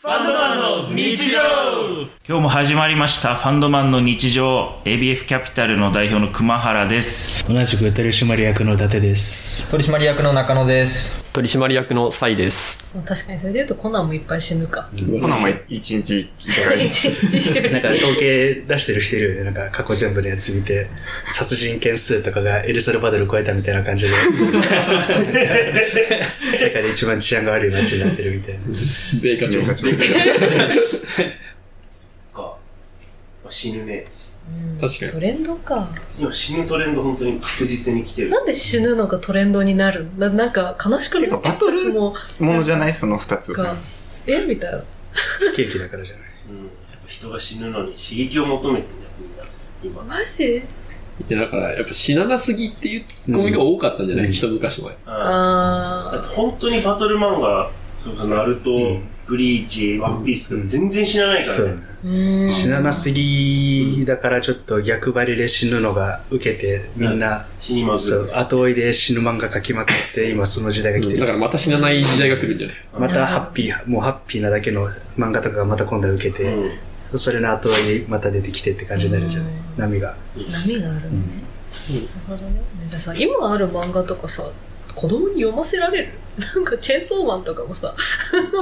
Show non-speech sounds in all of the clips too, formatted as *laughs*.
ァンドマンの日常今日も始まりましたファンドマンの日常 ABF キャピタルの代表の熊原です同じく取締役の伊達です取締役の中野です取締役のサイです確かにそれで言うとコナンもいっぱい死ぬか。ほなもう一日一回一日してく *laughs* なんれか統計出してる人いるよねなんか過去全部のやつ見て殺人件数とかがエルサルバドル超えたみたいな感じで *laughs* 世界で一番治安が悪い街になってるみたいな米課長米花町か。死ぬね。うん確かにトレンドか。今死ぬトレンド本当に確実に来てる。なんで死ぬのがトレンドになるななんか悲しくなてかバトルもものじゃないその二つか、えみたいな。不景気だからじゃないうん。やっぱ人が死ぬのに刺激を求めてんだよ、みんな。今。マジいやだからやっぱ死ななすぎっていうツッコミが多かったんじゃない、一昔前ああ。だっあて本当にバトル漫画、そうそう、ナルト、うんブリーチ、ワンピースが全然死なないかそらうね。ーうん。死ななすぎだからちょっと逆張りで死ぬのが受けてみんな、死にまそずう後追いで死ぬ漫画描きまくって今その時代が来てるだからまた死なない時代が来るんじゃないらまたハッピーもうハッピーなだけの漫画とかがまた今度は受けい。うて、ん。それの後追いにまた出てきてって感じになるじゃない、うん波が波があるのね。うんなるほどね。なんかさ、今ある漫画とかさ、子供に読ませられるなんかチェーンソーマンとかもさ、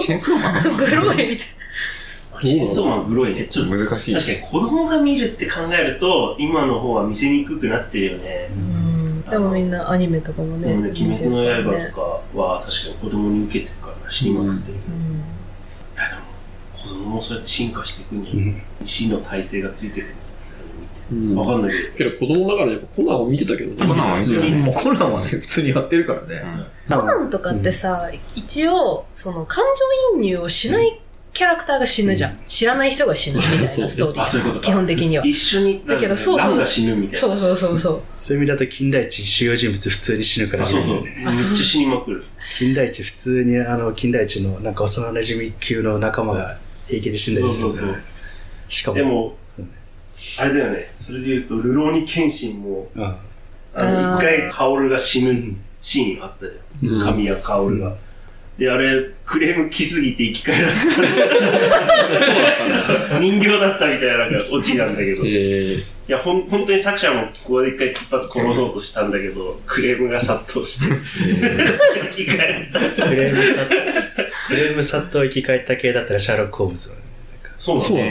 チェーンソーマングロいみたいな。チェーンソーマングロいね。ちょっと難しい確かに子供が見るって考えると、今の方は見せにくくなってるよね。うんでもみんなアニメとかもでね、もね、鬼見て滅るかのらね刃とかは確かに子供に受けてるから死にまくってる。うんいやでも子供もそうやって進化していくんじゃうないん死の体制がついてくるうんわかんないけどけど子供だからやっぱコナンを見てたけどねコナンは見てたねうもうコナンはね普通にやってるからねコナンとかってさ、一応、その、感情移入をしないキャラクターが死ぬじゃん。知らない人が死ぬみたいなストーリあー。 *laughs* そういうことか基本的には。一緒にだけどそうそうランが死ぬみたいなそうそうそうそう。そういう意味だと金田一主要人物普通に死ぬからそうそうめっねちゃ死にまくる金田一普通にあの金田一のなんか幼馴染級の仲間が平気で死んだそうりすそるうからそうしかもでもそうねあれだよねそれで言うとルローニケンシンもうん、あのあー一回カオルが死ぬシーンあったじゃうんん神谷カオルがであれクレーム来すぎて生き返らせた人形だったみたいななんかオチなんだけどえー、いや、ほん、本当に作者もここで一回一発殺そうとしたんだけど、クレームが殺到して、 *laughs* 生き返った。フレームサッフレームサットを生き返った系だったらシャーロック・ホームズはねそうなそうな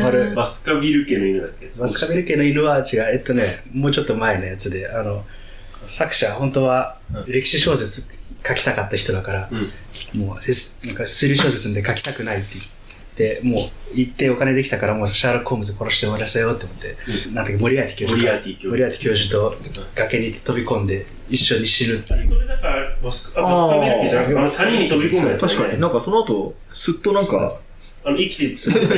の、あれバスカビル家の犬だっけマスカベル家の犬は違う、えっとね、もうちょっと前のやつで、あの、作者、本当は歴史小説書きたかった人だから、もう、えすなんか推理小説で書きたくないって言って、もう、一定お金できたから、もうシャーロック・ホームズ殺して終わらせようって思って、なんだっけ、モリアーティ教授モリかアーティ教授モリアーティ教授と崖に飛び込んで、一緒に死ぬっていう。それだから、バスカ、あバスカビル家じゃなくて、あの、サニーに飛び込むやつ、ね。確かに。なんかその後すっとなんかあの、生きてる。そうなんか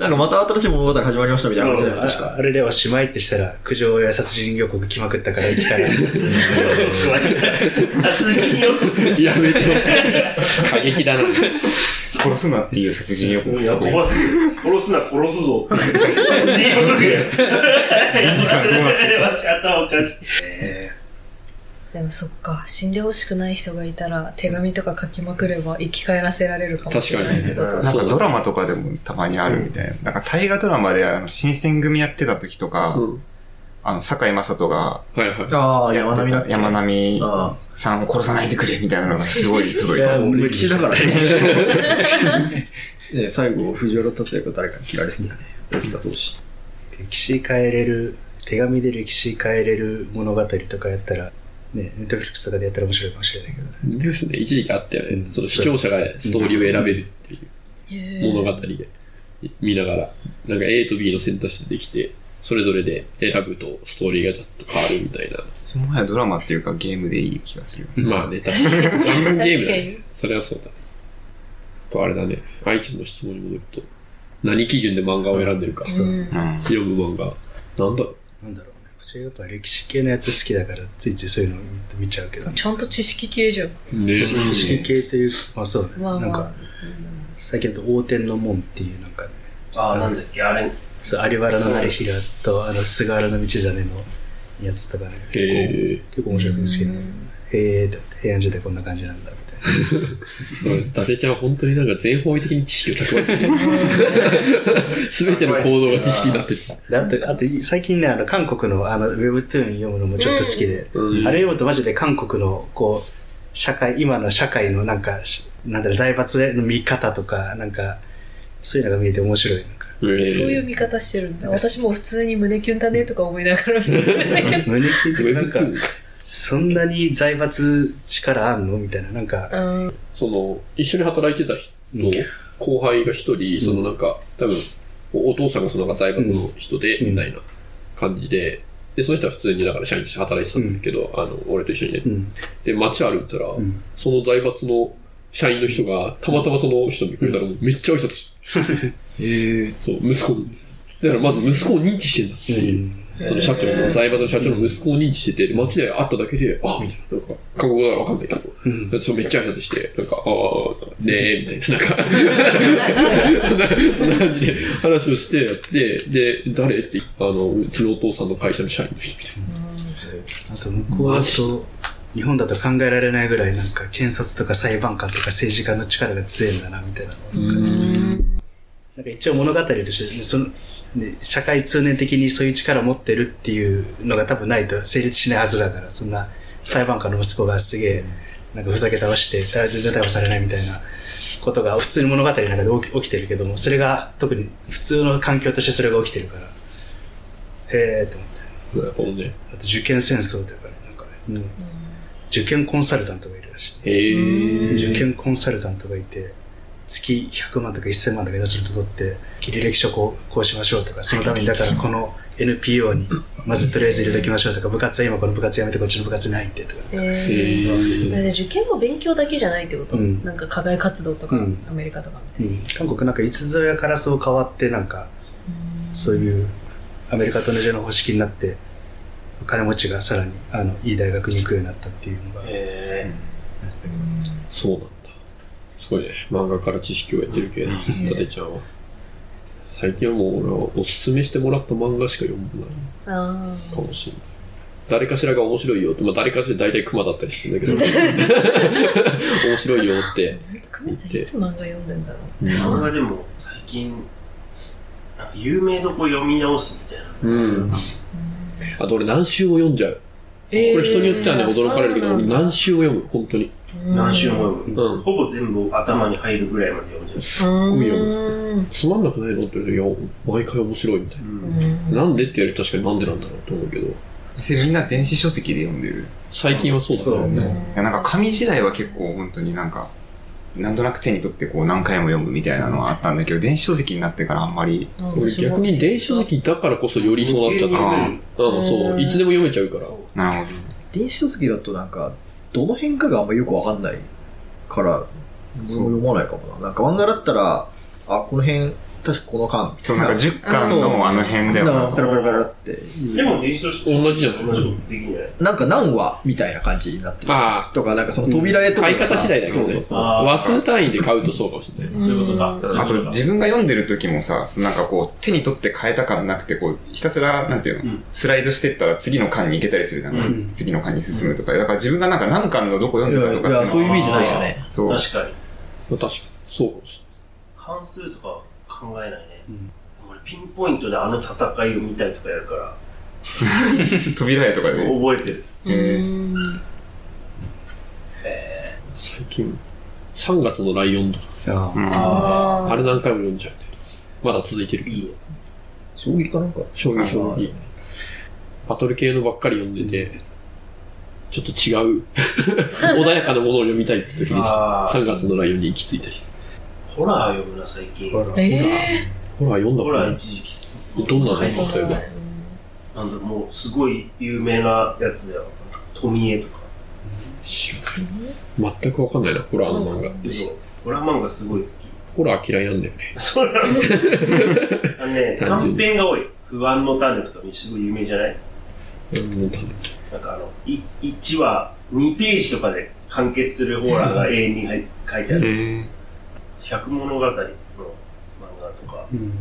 なんかまた新しい物語始まりましたみたいな感じだよね確あかあれでおしまいってしたら、苦情や殺人予告来まくったから生き返らせ *laughs* る。殺人よ。やめて過激だな殺すなっていう殺人予告いや、そこ怖すぎる。 *laughs* 殺すな、殺すぞ。殺人よ。頭おかしい。でもそっか、死んでほしくない人がいたら、手紙とか書きまくれば生き返らせられるかもしれないってこと確だなんかドラマとかでもたまにあるみたいな。なんか大河ドラマであの新選組やってた時とか、うんあの、堺雅人がはいはいああや山って並みだた山並あさんを殺さないでくれみたいなのがすごい届いいやた。もう歴史だからね *laughs* ね最後藤原竜也が誰かに切られてたよね起きたそうし歴史変えれる手紙で歴史変えれる物語とかやったらねネットフリックスとかでやったら面白いかもしれないけどねですね一時期あったよね、うんその視聴者がストーリーを選べるっていう物語で見ながら、なんか A と B の選択肢でできて、それぞれで選ぶとストーリーがちょっと変わるみたいな。その前はドラマっていうかゲームでいい気がする。まあね、確かに。半分ゲームだ、確ねかに。それはそうだね。と、あれだね、愛ちゃんの質問に戻ると、何基準で漫画を選んでるか、うんうん。読む漫画、なんだろなんだろうねこっちやっぱ歴史系のやつ好きだからついついそういうの見ちゃうけど、ちゃんと知識系じゃん。う。ね歴史系というまあそうね、まあなんまあか。最近だと「応天の門」っていうなんかねあー、なんだっけ、あれ。そう有原の成平とあの菅原道真のやつとかねへ結構面白いんですけど、うんへえって思って平安時代こんな感じなんだみたいなそう、伊達ちゃんは本当になんか全方位的に知識を蓄えて *laughs* る。すべての行動が知識になってて。であと、あと、最近ね、あの、韓国の、あの、Webtoon 読むのもちょっと好きで、うんあれ読むとマジで韓国の、こう、社会、今の社会のなんか、しなんだろう、財閥への見方とか、なんか、そういうのが見えて面白い。なんかそうそういうう。見方してるんだ。私も普通に胸キュンだねとか思いながら見てるんだけど。胸キュンウとェブか、トなゥんか、ーそんなに財閥力あんのみたいな、なんか、うん。その、一緒に働いてた人、後輩が一人、そのなんか、多分、お父さんがそのなんか財閥の人で、うんみたいな感じで、で、その人は普通にだから社員として働いてたんだけど、あの、俺と一緒にねう。ん。で、街歩いたら、んその財閥の社員の人が、たまたまその人見くれたら、めっちゃ挨拶し *laughs* えそう、息子に。だからまず息子を認知してんだってういう。んその社長の、財閥の社長の息子を認知してて、街で会っただけで、あみたいな、なんか、韓国語だからわかんないけど、うんそうめっちゃ挨拶して、なんか、ああ、ねえ、みたいな、なんか、そんな感じで話をしてやって、で、誰って、あの、うちのお父さんの会社の社員の人みたいな。あと向こうだと日本だと考えられないぐらいなんか検察とか裁判官とか政治家の力が強いんだなみたいななんか一応物語として、ね、そのね社会通念的にそういう力を持ってるっていうのが多分ないと成立しないはずだからそんな裁判官の息子がすげえなんかふざけ倒してだ全然逮捕されないみたいなことが普通に物語の中で起き起きてるけどもそれが特に普通の環境としてそれが起きてるからへえと思って。なるほどね。あと受験戦争というかね、なんかね、受験コンサルタントがいるらしい。へえ。受験コンサルタントがいて、月100万とか1000万とか出すると取って、履歴書こうこうしましょうとか、そのためにだからこの NPO にまずとりあえず入れときましょうとか、部活は今この部活やめてこっちの部活に入ってとか。へえー、ーだって受験も勉強だけじゃないってこと、うんなんか課外活動とか、うんアメリカとかうん、韓国なんかいつぞやからそう変わって、なんかそういうアメリカと同じような方式になって、お金持ちがさらにあのいい大学に行くようになったっていうのが。えそうなんだ。すごいね。漫画から知識を得てるけど、伊達ちゃんは。最近はもう俺はおすすめしてもらった漫画しか読んでないあーかもしれない。誰かしらが面白いよって、まあ誰かしら大体熊だったりするんだけど、面白いよって。くまちゃんいつ漫画読んでんだろうー、漫画でも最近、なんか有名どこ読み直すみたいな。うん。あと俺何週も読んじゃう。ここれ人によってはね、驚かれるけど、俺何週も読む、本当に。何週も読む。うん。ほぼ全部頭に入るぐらいまで読んじゃう。すごい読むつまんなくないのって言われて、いや、毎回面白いみたいな。なんでって言われて確かになんでなんだろうと思うけど、それみんな電子書籍で読んでる。最近はそうだそうだね。ねいやなんか紙時代は結構本当になんか、なんとなく手に取ってこう何回も読むみたいなのはあったんだけど、電子書籍になってからあんまり、俺逆に電子書籍だからこそよりそうなっちゃった。うんうん、そう。いつでも読めちゃうから。なるほ電子書籍だとなんか、どの辺かがあんまよくわかんないから、そう読まないかもな。なんか漫画だったら、あ、この辺、確かこの間、ど。そう、なんか10巻のあの辺だだよなからとペラペラペラって、でも電子書籍同じじゃない同じことできない。なんか何話みたいな感じになってる。あとか、なんかその扉へとかさ。買い方次第だけどねそうそうそう。あ。あ話数単位で買うとそうかもしれない。ーそういうことか。そういうあことか自分が読んでる時もさ、なんかこう手に取って変えた感なくて、こうひたすら、なんていうの、うんスライドしてったら次の巻に行けたりするじゃん。うん次の巻に進むとか。だから自分がなんか何巻のどこ読んでたといかや、ってそういういうイのはメージないよね。そう。確かに。確かに。そうかもし関数とか考えないね。うん俺ピンポイントであの戦いを見たいとかやるから、扉絵とかで。覚えてる。れない。最近、3月のライオンとか、あうんあれ何回も読んじゃうね。まだ続いてるけど、将棋かなんか。将棋将あ棋。バトル系のばっかり読んでて、ちょっと違う、 *laughs* 穏やかなものを読みたいって時です。あー3月のライオンに行き着いたりして。ホラー読むな、最近。ほホらえほら、読んだこラとーない。一時期。どんなのはい例えばなんだろうもうすごい有名なやつだよ。富江とか。知らない全くわかんないな、ホラーの漫画。そうホラー漫画すごい好き。ホラー嫌いなんだよね。そうなのあのね、単純に短編が多い。不安の種とかすごい有名じゃないうんなんかあの、い1話、2ページとかで完結するホラーが永遠に入っ書いてあへる。ー百物語の漫画とか、うん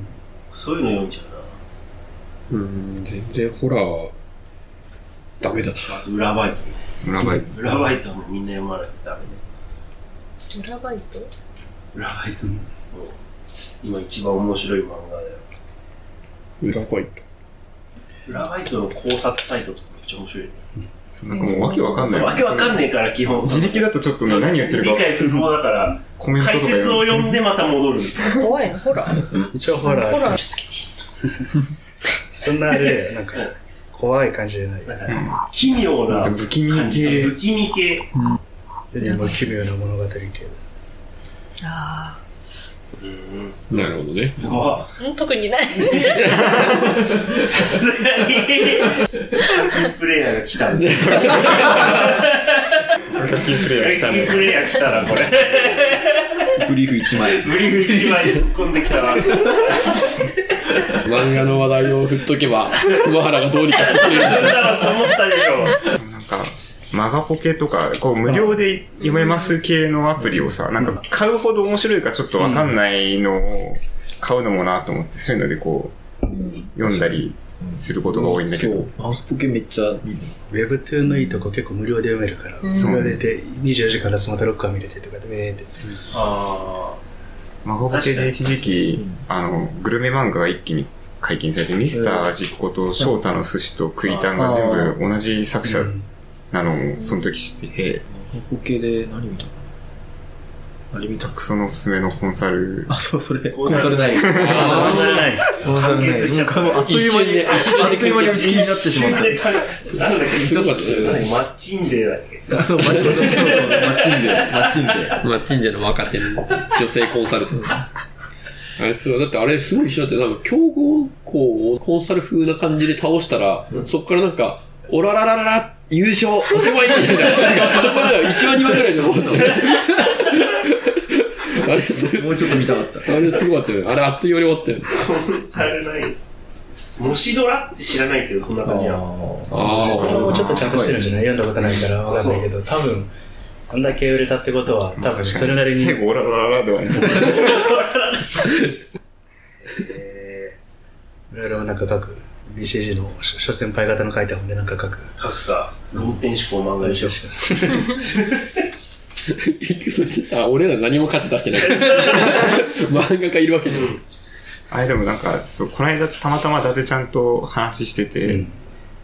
そういうの読んじゃうん、全然ホラーはダメだな。うな。あと裏バイト。やばい。裏バイトはもうみんな読まなきゃダメ裏バイト裏バイトの今一番面白い漫画だよ裏バイト。裏バイトの考察サイトとかめっちゃ面白いよねそうなんかもうわけわかんない。わけわかんねえから基本自力だとちょっとね、何言ってるか理解不能だからコメントと解か説を読んでまた戻るみたいな怖いのホラー一応ほらホラーそんなあれなんか怖い感じじゃないなんか奇妙な不気味感じ系そう不気味系でも奇妙な物語系あうんなるほどね。ああ特にないさすがに *laughs* プレイヤーが来たんでガキプレイヤー来たね。プレイヤー来たなこれブリーフ1枚。ブリーフ一枚突っ込んできたな漫画の話題を振っとけば、野原がどうにかしてくれるんだなんだろうと思ったでしょなんか、マガポケとか、こう無料で読めます系のアプリをさ、なんか買うほど面白いかちょっとわかんないのを買うのもなと思って、そういうのでこう、読んだりすることが多いんだけそどう。。アンポケめっちゃ見る。で Webtoon のいいとこ結構無料で読めるからうんそれで24時間らスマートロックは見れてとかでねってあマガポケで一時期、あの、グルメ漫画が一気に解禁されて、ミスター味っ子と翔太の寿司と食いたんが全部同じ作者うんなのを、その時知って、へえアンポケで何見たのあれ見たたくそのおすすめのコンサル、あ、そう、それ。ココンンササルルない。ああ忘れないコンサルない。完結しちゃもっうたかもう *laughs* あっという間に、一瞬であっという間に打ち切りになってしま瞬っでかなんだっけすごかったよね。何マッチンデーだっけた。あ *laughs* そう、マッチンゼ。そうそう、マッチンゼ。マッチンゼ。マッチンジェの若手の女性コンサルタント。あれすごい、だってあれすごい一緒だって、多分強豪校をコンサル風な感じで倒したら、そっからなんか、おららららら、優勝、おしまいみたいな。なんかそこまでは1話2話くらいで思った。あれすもうちょっと見たかった。あれすごかったよね。あれあっという間に終わったよね。コンサルないもしドラって知らないけどそんな感じやんあそれもちょっとちゃんとしてるんじゃない読んだことないからわかんないけど多分あんだけ売れたってことは多分それなりに最後、オララララではない。えいろいろなんか書く BCG の諸諸先輩方の書いた本でなんか書くー、書くか論点思考漫画でしょ結局それでさ、俺ら何も価値出して *laughs* ない。漫画家いるわけじゃん。あれでもなんか、そうこの間たまたま伊達ちゃんと話してて、うん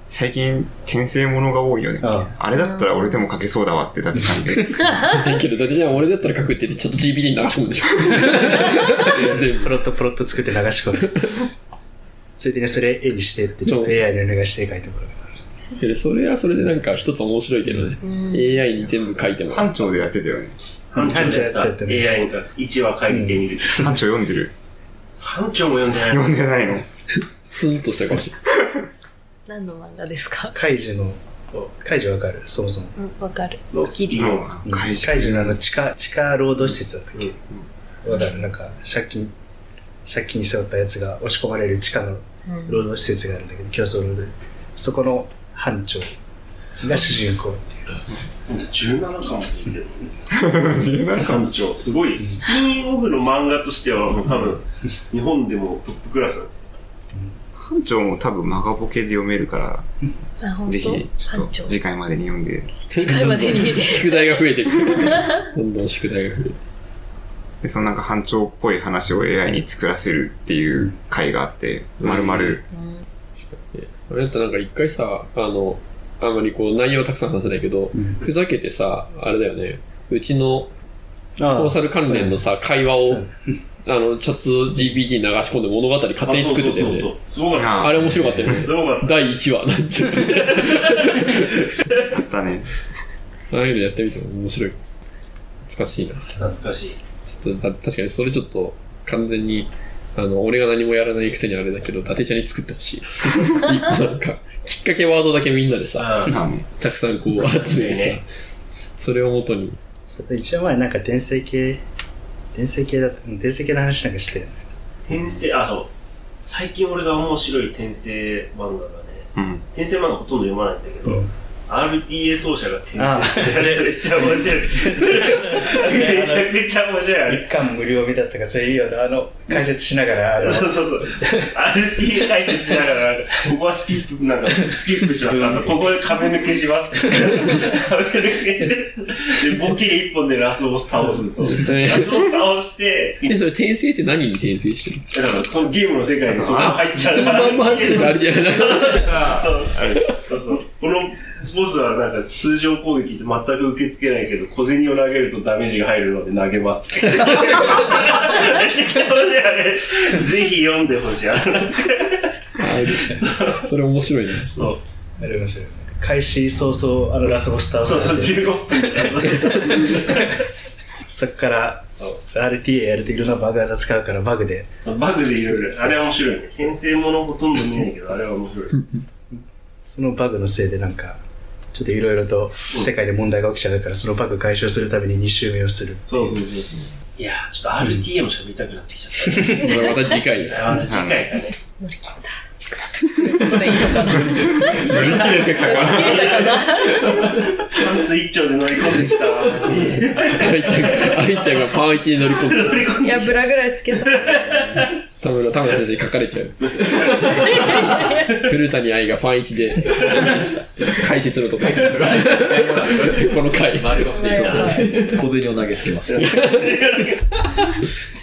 最近転生ものが多いよね。ああれだったら俺でも書けそうだわって伊達ちゃんで。けど、だってじゃあ俺だったら書くって言って、ちょっと GPT に流し込むでしょ。全部プ。ロットプロット作って流し込むついでにそれ絵にしてってちょっとそう AI にお願いして書いてもらうけど、それはそれでなんか一つ面白いけどね。うん AI に全部書いてもらう。班長でやってたよね。班長のやつだ AI が1話書いてみる、班長読んでる。班長も読んでない読んでないの。スンとしたかもしれない。何の漫画ですかカイジのカイジわかるそもそもうんわかるのきりもう、カイ怪ジ人のあの地下地下労働施設だったっけ、わかるなんか借金借金背負ったやつが押し込まれる地下のうん労働施設があるんだけど競争労働そこの班長が主人公っていうほんと17巻も出てる17班長すごいスピンオフの漫画としてはもう多分日本でもトップクラスだ班長も多分マガボケで読めるかあ本ら、当ぜひ、ちょっ班長と次回までに読んで。次回までに宿題が増 *laughs* えてくる。どんどん宿題が増えてくる。で、そのなんか班長っぽい話を AI に作らせるっていう回があって、うんまるまるうん俺だったらなんか一回さ、あの、あんまりこう内容はたくさん話せないけど、ふざけてさ、あれだよね。うちのコンサル関連のさ、会話を、あの、チャット GPT に流し込んで物語勝手に作ってたよそうそうそね。うすごかったあれ面白かったよ *laughs* ねす。ごかった第1話。なんちゅうのあったね。ああいうのやってみても面白い。懐かしいな。懐かしいちょっと、だ確かにそれちょっと、完全に、あの、俺が何もやらないくせにあれだけど、伊達ちゃんに作ってほしい。 *laughs* なんか、きっかけワードだけみんなでさ、あまあね。たくさんこう集めていいさね、それをもとに、それ一応前なんか転生系転生系だったうん転生系の話なんかして転生あそう最近俺が面白い転生漫画がねうん。転生漫画ほとんど読まないんだけど、うんあ RTA 奏者が転ああ生する。めっちゃ面白い。めちゃめちゃ面白い、あれ。一巻無料見だったから、それいいよね。あの、解説しながら、あのそうそうそう。RTA 解説しながら、ここはスキップ、なんか、スキップします。あと、ここで壁抜けします。壁抜けで、ボケ一本でラスボス倒すんですよえラスボス倒して、え、それ転生って何に転生してるのだから、そのゲームの世界にそのまま入っちゃうそのまんま入ってるのあれじゃ *laughs* ないそうそうこのボスはなんか通常攻撃って全く受け付けないけど小銭を投げるとダメージが入るので投げますってめちゃくちゃ面白いあれぜひ読んでほしいあのそれ面白いね。そうあれ面白い。開始早々、あの、ラスボス倒そうそさうれて、 15分そこから、RTA やるといろんなバグ技使うから、バグで。バグでいろいろあれは面白いね先生ものほとんど見ないけどあれは面白いそのバグのせいでなんか、ちょっといろいろと世界で問題が起きちゃうから、そのバグ解消するために2周目をする。そうそうそうそういやーちょっと RTA も喋りたくなってきちゃったそれまた次回だ。あまた次回かね乗り切 *laughs* った。これいいのかな乗り *laughs* 切れてたかなパンツ一丁で乗り込んできたわ私愛ちゃんが、愛ちゃんがパン1に乗り込む。いや、ブラぐらいつけた。田村、田村先生に書かれちゃう。古谷愛がパン1で、解説のとこ。この回。小銭を投げつけます。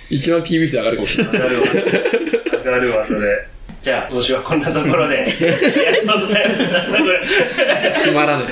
一番 PV 数上がるかもしれない。なるわ。なるわ、それ。じゃあ、今週はこんなところで。ありがとうございます。閉まらない。